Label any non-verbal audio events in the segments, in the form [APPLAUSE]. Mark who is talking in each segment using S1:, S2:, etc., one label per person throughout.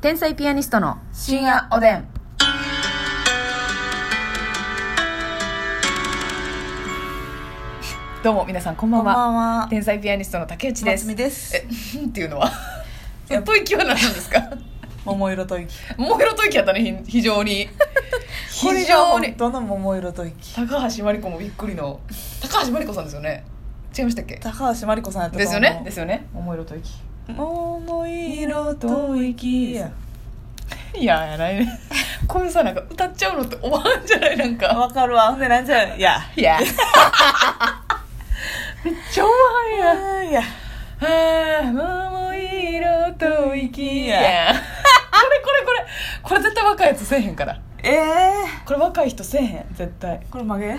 S1: 天才ピアニストの深夜おでん。どうも皆さんこんばんは。
S2: こんばんは
S1: 天才ピアニストの竹内です。
S2: 夏美です
S1: え、うんっていう [LAUGHS] のは、え、吐息は何なんですか。
S2: 桃色吐息
S1: 桃色吐息やったね、ひ非常に。
S2: これ
S1: 非
S2: が
S1: 常に
S2: 本。当の桃色吐息
S1: 高橋真理子もびっくりの。高橋真理子さんですよね。違いましたっけ。
S2: 高橋真理子さんやった
S1: で
S2: と
S1: す
S2: 思
S1: よ
S2: う
S1: ね。ですよね。桃色吐息。
S2: 桃色吐息
S1: いややないね [LAUGHS] これさなんか歌っちゃうのって思わんじゃないなんか
S2: わかるわほんでなんじゃいや
S1: いやめっちゃお
S2: い
S1: わんや
S2: やいや
S1: あー桃色と息
S2: いや
S1: これこれこれこれ絶対若いやつせえへんから
S2: ええ
S1: これ若い人せえへん絶対
S2: これ曲げ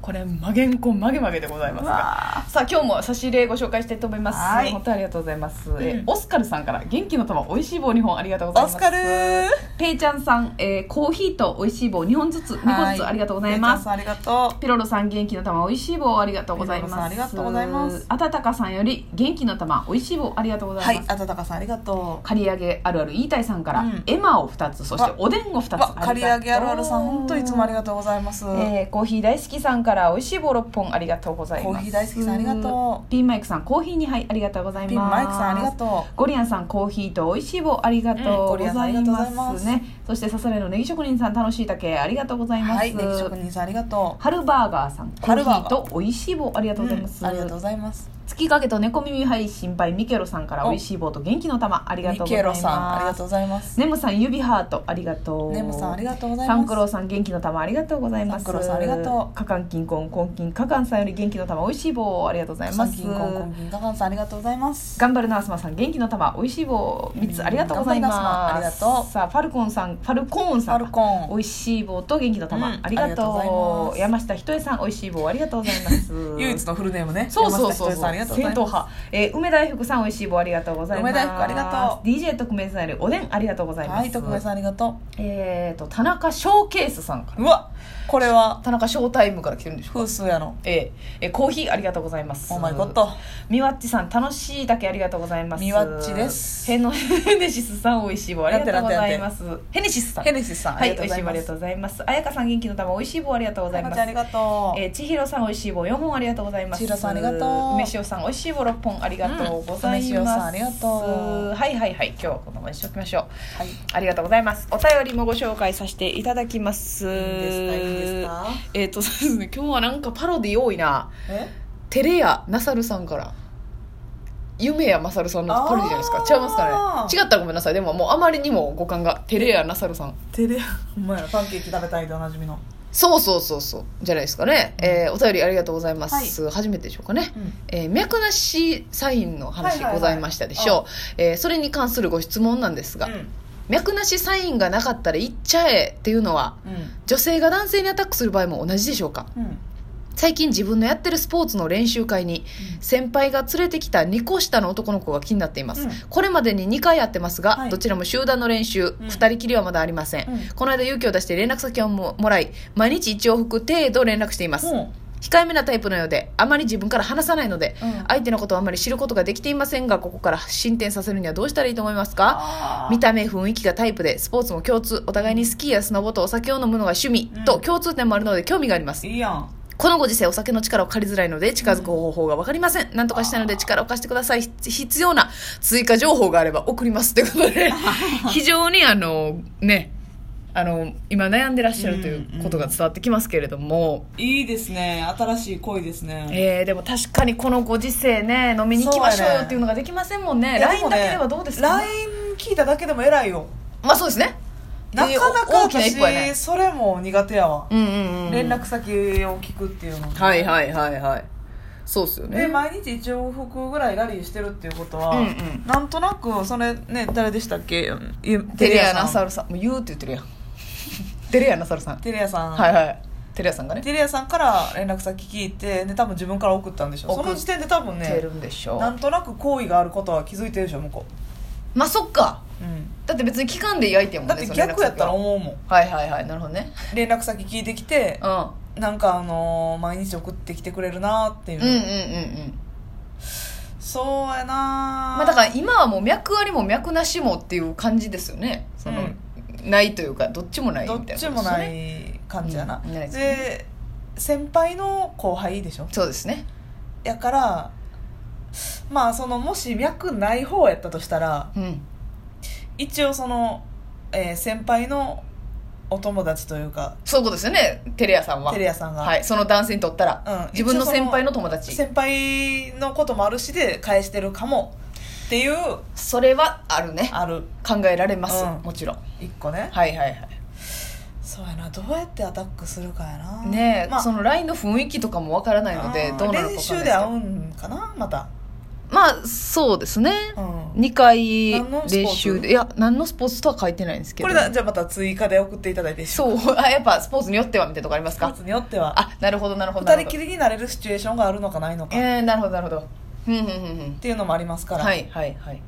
S1: これ曲げんこ曲げ曲げでございますが
S2: わ
S1: さあ今日も差し入れご紹介したいと思います
S2: はい
S1: 本当にありがとうございます、
S2: ん
S1: えオスカルさんから元気の玉美味しい棒2本ありがとうござい
S2: オ
S1: ます
S2: スカルー
S1: ペイちゃんさん、えーコーヒーと美味しい棒2本ずつ2個ずつありがとうござい
S2: は
S1: ま
S2: レイちゃん
S1: す
S2: さんありがと
S1: ピロロさん元気の玉美味しい棒ありがとうございます
S2: ピロロさんありがとうございます
S1: あたたかさんより元気の玉美味しい棒ありがとうご
S2: う
S1: ざ
S2: はいい
S1: ます、
S2: あたたかさんありがとう
S1: 刈り上げあるある言いたいさんから、
S2: うん
S1: エマを2つそして
S2: わ
S1: おでんを2つ
S2: わ刈り上げあるあるさん本当いつもあり
S1: がと
S2: がとうございます
S1: うえーコーヒー大好きさんから美味しい棒6本ありがとうございます
S2: コーヒー大好きさんありがと
S1: ピンマイクさんコーヒー2杯ありがとうございます
S2: ピンマイクさんありがとう
S1: ゴリアンさんコーヒーと美味しい棒ありがとうござい
S2: うんゴリアンさんあ
S1: ま
S2: りがとうございますす
S1: ねそしてさされのネギ職人さん楽しい竹ありがとうございます
S2: はいネギ職人さんありがと
S1: ハルバーガーさんコ
S2: ハ
S1: ーヒ
S2: ルバー
S1: ー
S2: ガー
S1: と美味しい棒ありが
S2: う
S1: とうございます
S2: うんありがとうございます
S1: 月影と猫耳配信配ミケロさんから美味しい棒と元気の玉ありがとうご
S2: ミ
S1: ざ
S2: ケ
S1: い
S2: ロ
S1: ます
S2: さんありがとうございます
S1: ネムさん指ハートありがとう
S2: ネムさんありがとうございま
S1: サ
S2: す
S1: ンクローさん元気の玉ありがとうございます
S2: サンクローさんありがとう
S1: カカンキンコンコンキンカカンさんより元気の玉美味しい棒ありがとうござい
S2: さ
S1: ま
S2: ん
S1: す
S2: 銀行コンビニ高野さんありがとうございます
S1: 頑張るナースマンさん元気の玉美味しい棒三つありがとうござい
S2: 頑張るナー
S1: ま
S2: ス
S1: す
S2: マンありがとう
S1: さあファルコンさんファルコーンさ
S2: パ
S1: ん
S2: ルコン
S1: 美味しい棒と元気の玉、
S2: うん
S1: ありがとう
S2: ありがとうございます
S1: 山下ひとえさん美味しい棒ありがとうございます
S2: [LAUGHS] 唯一のフルネームね
S1: そうそう
S2: 山下ひ
S1: そ
S2: と
S1: う
S2: り
S1: そ
S2: さんありがとうござ
S1: 正
S2: い
S1: 統
S2: ます
S1: 派、えー、梅大福さん美味しい棒ありがとうございます
S2: 梅大福ありがと
S1: う DJ 特命さんよりおでんありがとうございます
S2: はい徳川さんありがと
S1: えーと田中ショーケースさんから
S2: ううわこれは
S1: 田中ショータイムから来てるんでしょうか
S2: 風数やの
S1: えーえーコーヒーありがとうございます
S2: オーマイゴッド
S1: みわっちさん楽しいだけありがとうございます
S2: みわっちです
S1: ヘノヘネシスさん美味しい棒ありがとうございますヘネシスさん
S2: ヘネシスさんあ
S1: は
S2: り
S1: い
S2: がと
S1: 美
S2: うご
S1: 味
S2: ざ
S1: し
S2: い
S1: い棒あり
S2: ま
S1: が
S2: す
S1: とうございますあやかさん元気の玉美味しい棒ありがとうござい
S2: 山
S1: ま
S2: ち
S1: す
S2: ゃんありがとう
S1: えー、千尋さん美味しい棒4本ありがとうございます
S2: 千尋さんありがとう
S1: 梅塩さん美味しい棒6本ありがとうございます、
S2: うん梅塩さんありがと
S1: は
S2: う
S1: いはいはい今日はこのままにしておきましょう
S2: はい
S1: ありがとうございますお便りもご紹介させていただきます
S2: いいですかいいですか
S1: えっ、とそうですね今日はなんかパロディ多いな
S2: え
S1: テレヤなさるさんから夢やまさるさんのパロディじゃないですか
S2: あー
S1: 違いますかね違ったらごめんなさいでももうあまりにも五感がテレヤなさるさん
S2: テレ [LAUGHS] お前らパンケーキ食べたいでおなじみの
S1: そうそうそうそうじゃないですかね、えーお便りありがとうございます、初めてでしょうかね
S2: うん
S1: えー脈なしサインの
S2: はい
S1: 話
S2: はいはい
S1: ございましたでしょう、えーそれに関するご質問なんですが、脈なしサインがなかったら言っちゃえっていうのは
S2: うん
S1: 女性が男性にアタックする場合も同じでしょうか
S2: うん
S1: 最近自分のやってるスポーツの練習会に
S2: うん
S1: 先輩が連れてきた2個下の男の子が気になっています、
S2: うん
S1: これまでに2回やってますが、
S2: はい
S1: どちらも集団の練習、
S2: ん
S1: 2人きりはまだありません、
S2: うん
S1: この間勇気を出して連絡先をももらい毎日1往復程度連絡しています、
S2: うん
S1: 控えめなタイプのようであまり自分から話さないので、
S2: うん
S1: 相手のことをあまり知ることができていませんがここから進展させるにはどうしたらいいと思いますか
S2: あー
S1: 見た目雰囲気がタイプでスポーツも共通お互いにスキーやスノボとお酒を飲むのが趣味、
S2: うん
S1: と共通点もあるので興味があります
S2: いいやん
S1: このご時世お酒の力を借りづらいので近づく方法が分かりません何とかしたいので力を貸してくださいひ必要な追加情報があれば送りますということで非常にあのねあの今悩んでらっしゃるということが伝わってきますけれども、
S2: いいですね新しい恋ですね
S1: えー、でも確かにこのご時世ね飲みに行きましょうよっていうのができませんもんね
S2: いや
S1: LINE
S2: も
S1: だ
S2: ね
S1: けではどうですか、ね、
S2: LINE 聞いただけでも偉いよ
S1: まあそうですね
S2: なかな
S1: えーお
S2: か
S1: 大きな一歩やね
S2: 私それも苦手やわ
S1: うんうんうん
S2: 連絡先を聞くっていうの
S1: はいはいはいはいそうっすよ
S2: で
S1: ね
S2: 毎日1往復ぐらいラリーしてるっていうことは、
S1: うんうん
S2: なんとなくそれね誰でしたっけゆ
S1: テレアナサ
S2: ん
S1: ルさんもう言うって言ってるやん [LAUGHS] テレアナサルさん
S2: テレアさん、
S1: はいはいテレアさんがね
S2: テレアさんから連絡先聞いてで多分自分から送ったんでしょ
S1: 送っ
S2: その時点で多分
S1: て
S2: ね
S1: るんでしょ
S2: なんとなく好意があることは気づいてるでしょ向こ
S1: まあそっか
S2: う、うん、
S1: だって別に期間で焼いてもんね
S2: だって逆やったら
S1: その
S2: 思うもん
S1: 連絡先ははいはいはいなるほどね
S2: 連絡先聞いてきて
S1: う、ん
S2: なんかあのー毎日送ってきてくれるなっていう、
S1: うんうんうんうん
S2: そうやな
S1: まあ、だから今はもう脈ありも脈なしもっていう感じですよねその、ないというかどっちもないみた
S2: ど
S1: いなこ
S2: っ
S1: とです
S2: ち
S1: よね
S2: もない感じやな、
S1: うんないですね
S2: で先輩の後輩でしょ
S1: そうですね
S2: やからまあそのもし脈ない方やったとしたら
S1: うん
S2: 一応その、えー先輩のお友達というか
S1: そういうことですよねテレアさんは
S2: テレアさんが、
S1: はい、その男性にとったら、
S2: うん
S1: 自分の先輩の友達
S2: 先輩のこともあるしで返してるかもっていう
S1: それはあるね
S2: ある
S1: 考えられます、
S2: うん
S1: もちろん
S2: 一個ね
S1: はいはいはい
S2: そうやなどうやってアタックするかやな
S1: ねえ、
S2: まあ
S1: その LINE の雰囲気とかもわからないので
S2: うん
S1: どうなるかわかんない
S2: 練
S1: ですけ
S2: 習
S1: ど
S2: で会うんかなまた
S1: まあそうですね、
S2: うん
S1: 2回
S2: 何のスポーツ
S1: 練習でいや何のスポーツとは書いてないんですけ
S2: こ
S1: ど
S2: れだじゃあまた追加で送っていただいて
S1: そう [LAUGHS] あやっぱスポーツによってはみたいなとこあります
S2: か
S1: か
S2: によっては
S1: あなるほどなるほどな
S2: 二
S1: るほ
S2: 人き
S1: ど
S2: りになれるシチュエーションがあるのかないのかっ
S1: えー、なるほどなるほどふんふんふんふん
S2: ていうのもありますから、
S1: はいはいはい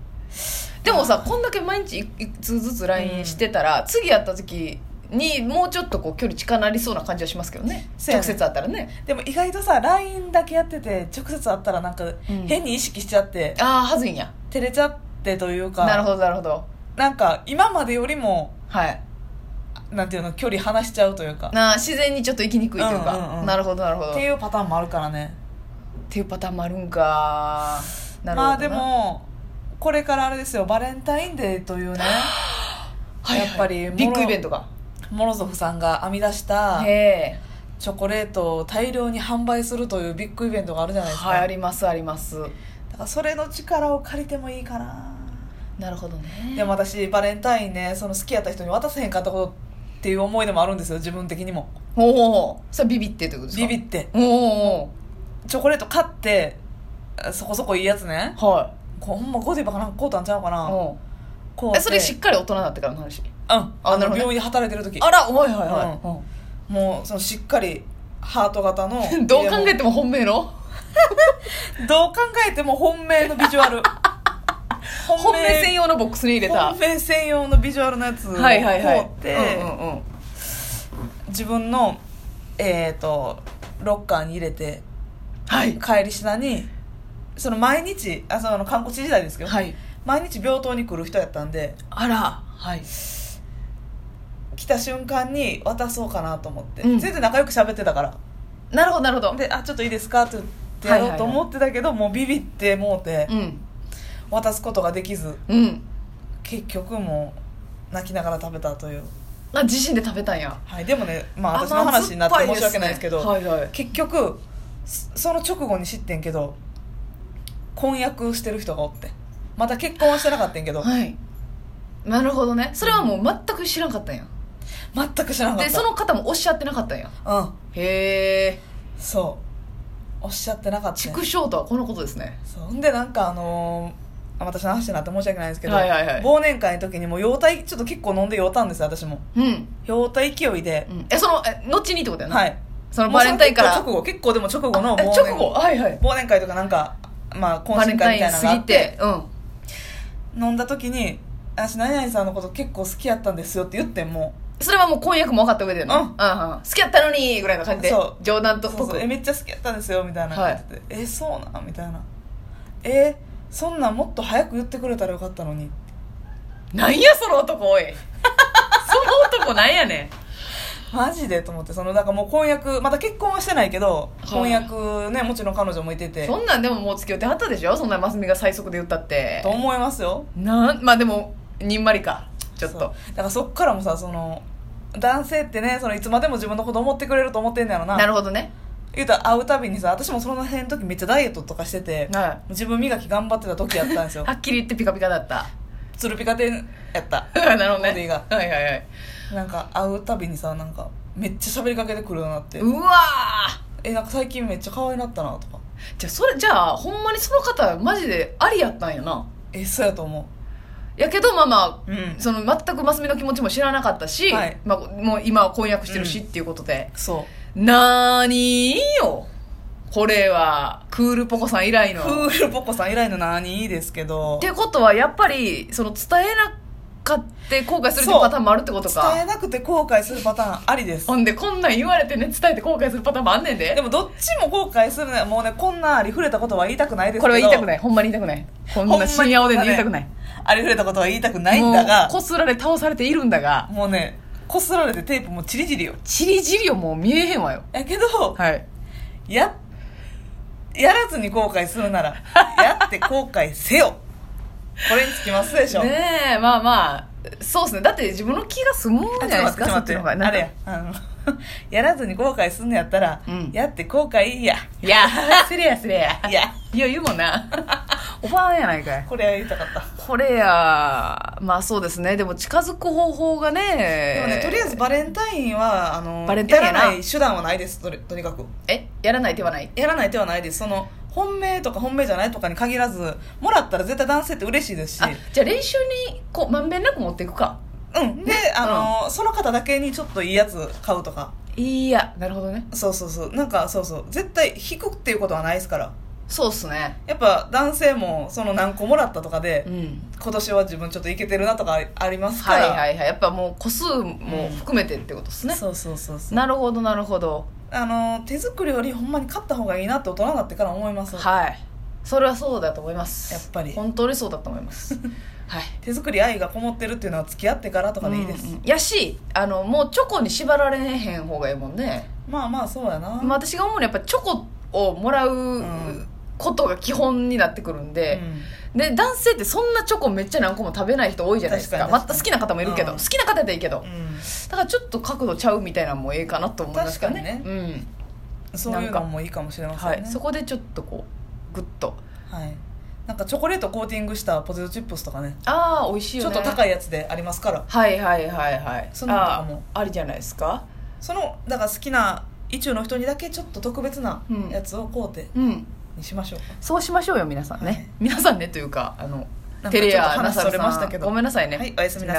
S1: でもさこんだけ毎日いいつずつ LINE してたら、次やった時にもうちょっとこう距離近なりそうな感じはしますけどね
S2: そうや
S1: 直
S2: ね
S1: 接会ったらね
S2: でも意外とさ LINE だけやってて直接会ったらなんか
S1: ん
S2: 変に意識しちゃって、
S1: ああはずいんや
S2: 照れちゃってというか
S1: なるほどなるほど
S2: なんか今までよりも
S1: はい
S2: なんていうの距離離しちゃうというか
S1: なあ自然にちょっと行きにくいというか、
S2: うんうんうん
S1: なるほどなるほど
S2: っていうパターンもあるからね
S1: っていうパターンもあるんかなるほどな
S2: まあでもこれからあれですよバレンタインデーというね
S1: [GASPS] はいはい
S2: やっぱり
S1: ビッグイベントが
S2: モロゾフさんが編み出した
S1: へえ
S2: チョコレートを大量に販売するというビッグイベントがあるじゃないですか、
S1: はいありますあります
S2: だからそれの力を借りてもいいかな
S1: なるほどね
S2: でも私バレンタインねその好きやった人に渡せへんかったことっていう思いでもあるんですよ自分的にも
S1: おおそれビビってということです
S2: ビ
S1: か
S2: ビ
S1: って
S2: って
S1: おお
S2: チョコレート買ってあそこそこいいやつね
S1: は
S2: ほんま5でバカなんかこうたんちゃうか
S1: い
S2: な
S1: お
S2: こ
S1: う
S2: う
S1: えそれしっかり大人になってからの話
S2: うん
S1: あ
S2: あ
S1: なるほど
S2: の
S1: ね
S2: 病院で働いてる時
S1: あらはいはいはい、うん
S2: もうそのしっかりハート型の
S1: [LAUGHS] どう考え
S2: て
S1: ても本命の
S2: どう考えても本命のビジュア
S1: [LAUGHS]
S2: ル
S1: 本命専
S2: 用
S1: 用のボックスに入れた
S2: 本命専用のビジュアルのやつを
S1: はいはいはい
S2: 買うて
S1: うんうんうん
S2: 自分のえっ、とロッカーに入れて
S1: はい
S2: 帰り下にその毎日あその観光地時代ですけど、
S1: はい
S2: 毎日病棟に来る人やったんで
S1: あらはい
S2: 来た瞬間に渡そうかなと思って、
S1: うん
S2: 全然仲良く喋ってたから
S1: なるほどなるほど
S2: で「あちょっといいですか?」って言ってやろうと思ってたけど、もうビビってもうて
S1: うん
S2: 渡すことができず
S1: うん
S2: 結局もう泣きながら食べたという、
S1: あ自身で食べたんや
S2: はい、でもねまあ私の話になって申し訳ないですけど
S1: 甘酸っぱいですねはいはい
S2: 結局そその直後に知ってんけど婚約してる人がおってまた結婚はしてなかったんけど
S1: はいなるほどねそれはもう全く知らんかったんや
S2: 全く知らなかった
S1: でその方もおっしゃってなかったんや
S2: うん
S1: へえ
S2: そうおっしゃってなかったね
S1: 畜生とはこのことですね
S2: そうほんでなんかあのーあ私の話になって申し訳ないですけど、
S1: はいはいはい
S2: 忘年会の時にもう酔うたいちょっと結構飲んで酔うたんですよ私も
S1: うん、
S2: 酔うた勢いで
S1: う、ん、えそのえ後にってことやな、
S2: はい
S1: そのバレンタインから
S2: もうその結構直後結構でも直後の忘
S1: え
S2: 年
S1: 直後はいはい
S2: 忘年会とかなんかまあ懇
S1: バレ
S2: 親
S1: ンタ
S2: 会み
S1: イ
S2: たい
S1: ン
S2: なの
S1: 過
S2: があ
S1: ぎ
S2: ってて
S1: うん
S2: 飲んだ時に私何々さんのこと結構好きやったんですよって言ってんも
S1: それはもう婚約も分かった上でやな
S2: うん
S1: うんうん好きやったのにぐらいの感じで
S2: そう
S1: 冗談
S2: う
S1: と
S2: そう
S1: 僕
S2: そうえめっちゃ好きやったんですよみたいな
S1: はい
S2: 言ってて、えそうなんみたいなえそんなんもっと早く言ってくれたらよかったのに
S1: なんやその男おい [LAUGHS] その男なんやね
S2: マジでと思ってそのなんかもう婚約まだ結婚はしてないけど、
S1: い
S2: 婚約ねもちろん彼女もいて
S1: ん
S2: て
S1: そんなんでももう付き合ってはったでしょそんなマスミが最速で言ったって
S2: と思いますよ
S1: なんまあでもにんまりかちょっ
S2: そ
S1: と
S2: うだからそっからもさその男性ってねそのいつまでも自分のこと思ってくれると思ってんだろうな
S1: なるほどね
S2: 言うたら会うたびにさ私もその辺の時めっちゃダイエットとかしてて
S1: は
S2: 自分磨き頑張ってた時やったんです
S1: い
S2: よ
S1: [LAUGHS] はっきり言ってピカピカだった
S2: [LAUGHS] ツルピカ店やった
S1: なるほど
S2: ボディ
S1: ね
S2: が
S1: [LAUGHS] はいはいはい
S2: なんか会うたびにさなんかめっちゃ喋りかけてくるようになって
S1: うわー
S2: えなんか最近めっちゃ可愛いなったなとか
S1: じゃあそれじゃあほんまにその方マジでありやったんやな
S2: えそうやと思
S1: やけどまあまあ、
S2: うん
S1: その全くマスミの気持ちも知らなかったし、
S2: はい
S1: まあ、もう今は婚約してるし
S2: う
S1: っていうことで、
S2: うそう
S1: なーにーよこれはクールポコさん以来の
S2: クールポコさん以来の何いいですけど
S1: ってことはやっぱりその伝えな買って後悔するっていうパターンもあるってこと
S2: 伝え
S1: か
S2: なくて後悔するパターンありです
S1: ほんでこんなん言われてね伝えて後悔するパターンもあんねんで
S2: でもどっちも後悔するねもうねこんなありふれたことは言いたくないですけど
S1: これは言いたく
S2: い
S1: ないほんまに言いたくないこん
S2: ほんま
S1: な
S2: に
S1: 深夜おでんで言いたくない
S2: ありふれたことは言いたくないんだが
S1: もうこすられ倒されているんだが
S2: もうねこすられてテープもチリチリよ
S1: チリジリよもう見えへんわよ
S2: やけど、
S1: はい
S2: ややらずに後悔す
S1: [LAUGHS]
S2: るならやって後悔せよこれにつきますでしょ、
S1: ねえまあまあそうですねだって自分の気が済むんじ
S2: あ
S1: ゃ
S2: ち
S1: な
S2: ょ
S1: い
S2: っ
S1: ですか
S2: と
S1: そっ
S2: 待
S1: ち
S2: ってちょ
S1: の
S2: っ
S1: 方
S2: と待
S1: が
S2: ってあれやあの [LAUGHS] やらずに後悔するのやったら、
S1: うん
S2: やって後悔いいや
S1: いや [LAUGHS] せれやせれや
S2: いや
S1: いや言うもんな
S2: [LAUGHS]
S1: おばあやないかい
S2: これは言いたかった
S1: これやまあそうですねでも近づく方法がね
S2: でもね、とりあえずバレンタインはあの
S1: バレンタインや
S2: や
S1: な
S2: らない手段はないですとりとにかく
S1: えやらない手はない
S2: やらない手はないですその本命とか本命じゃないとかに限らずもらったら絶対男性って嬉しいですし
S1: あじゃあ練習にこうまんべんなく持っていくか
S2: うんで、あのその方だけにちょっといいやつ買うとか
S1: いやなるほどね
S2: そうそうそうなんかそうそう絶対引くっていうことはないですから
S1: そうっすね
S2: やっぱ男性もその何個もらったとかで、
S1: うん
S2: 今年は自分ちょっといけてるなとかありありますか
S1: はい
S2: ら
S1: はいはいやっぱもう個数も含めてってことですね、
S2: そうそうそうそう
S1: なるほどなるほど
S2: あの手作りよりほんまに買った方がいいなって大人になってから思います
S1: はいそれはそうだと思います
S2: やっぱり
S1: 本当にそうだと思います
S2: [LAUGHS]
S1: はい
S2: 手作り愛がこもってるっていうのは付き合ってからとかでいいです、
S1: うんうんやしあのもうチョコに縛られへん方がいいもんね、
S2: まあまあそうやな、
S1: まあ、私が思うのはやっぱチョコをもらうんことが基本になってくるん
S2: う
S1: で、
S2: ん
S1: で男性ってそんなチョコめっちゃ何個も食べない人多いじゃないですか
S2: 確かに
S1: また好きな方もいるけど、
S2: うん
S1: 好きな方やったらいいけど
S2: う
S1: だからちょっと角度ちゃうみたいなのもええかなと思いますけど
S2: 確か
S1: うん
S2: ん、そういうのもいいかもしれません
S1: は
S2: ね
S1: い、そこでちょっとこうグッと
S2: はいなんかチョコレートコーティングしたポテトチップスとかね
S1: ああ美味しい
S2: ち
S1: よ
S2: ょ
S1: ね
S2: っと高いやつでありますから
S1: はいはいはいはい
S2: そんなのとかも
S1: あーありじゃないですか
S2: そのだから好きな意中の人にだけちょっと特別な
S1: うん
S2: やつを買うて
S1: うん
S2: にしましょうか、
S1: そうしましょうよ皆さんね、
S2: はい
S1: 皆さんねというかあの
S2: なんか
S1: テレ
S2: ちょっと
S1: ア
S2: 話
S1: ナサ
S2: そ
S1: ル
S2: れ
S1: さ
S2: ま
S1: ん
S2: したけど
S1: ごめんなさいね、
S2: はいおやすみなさい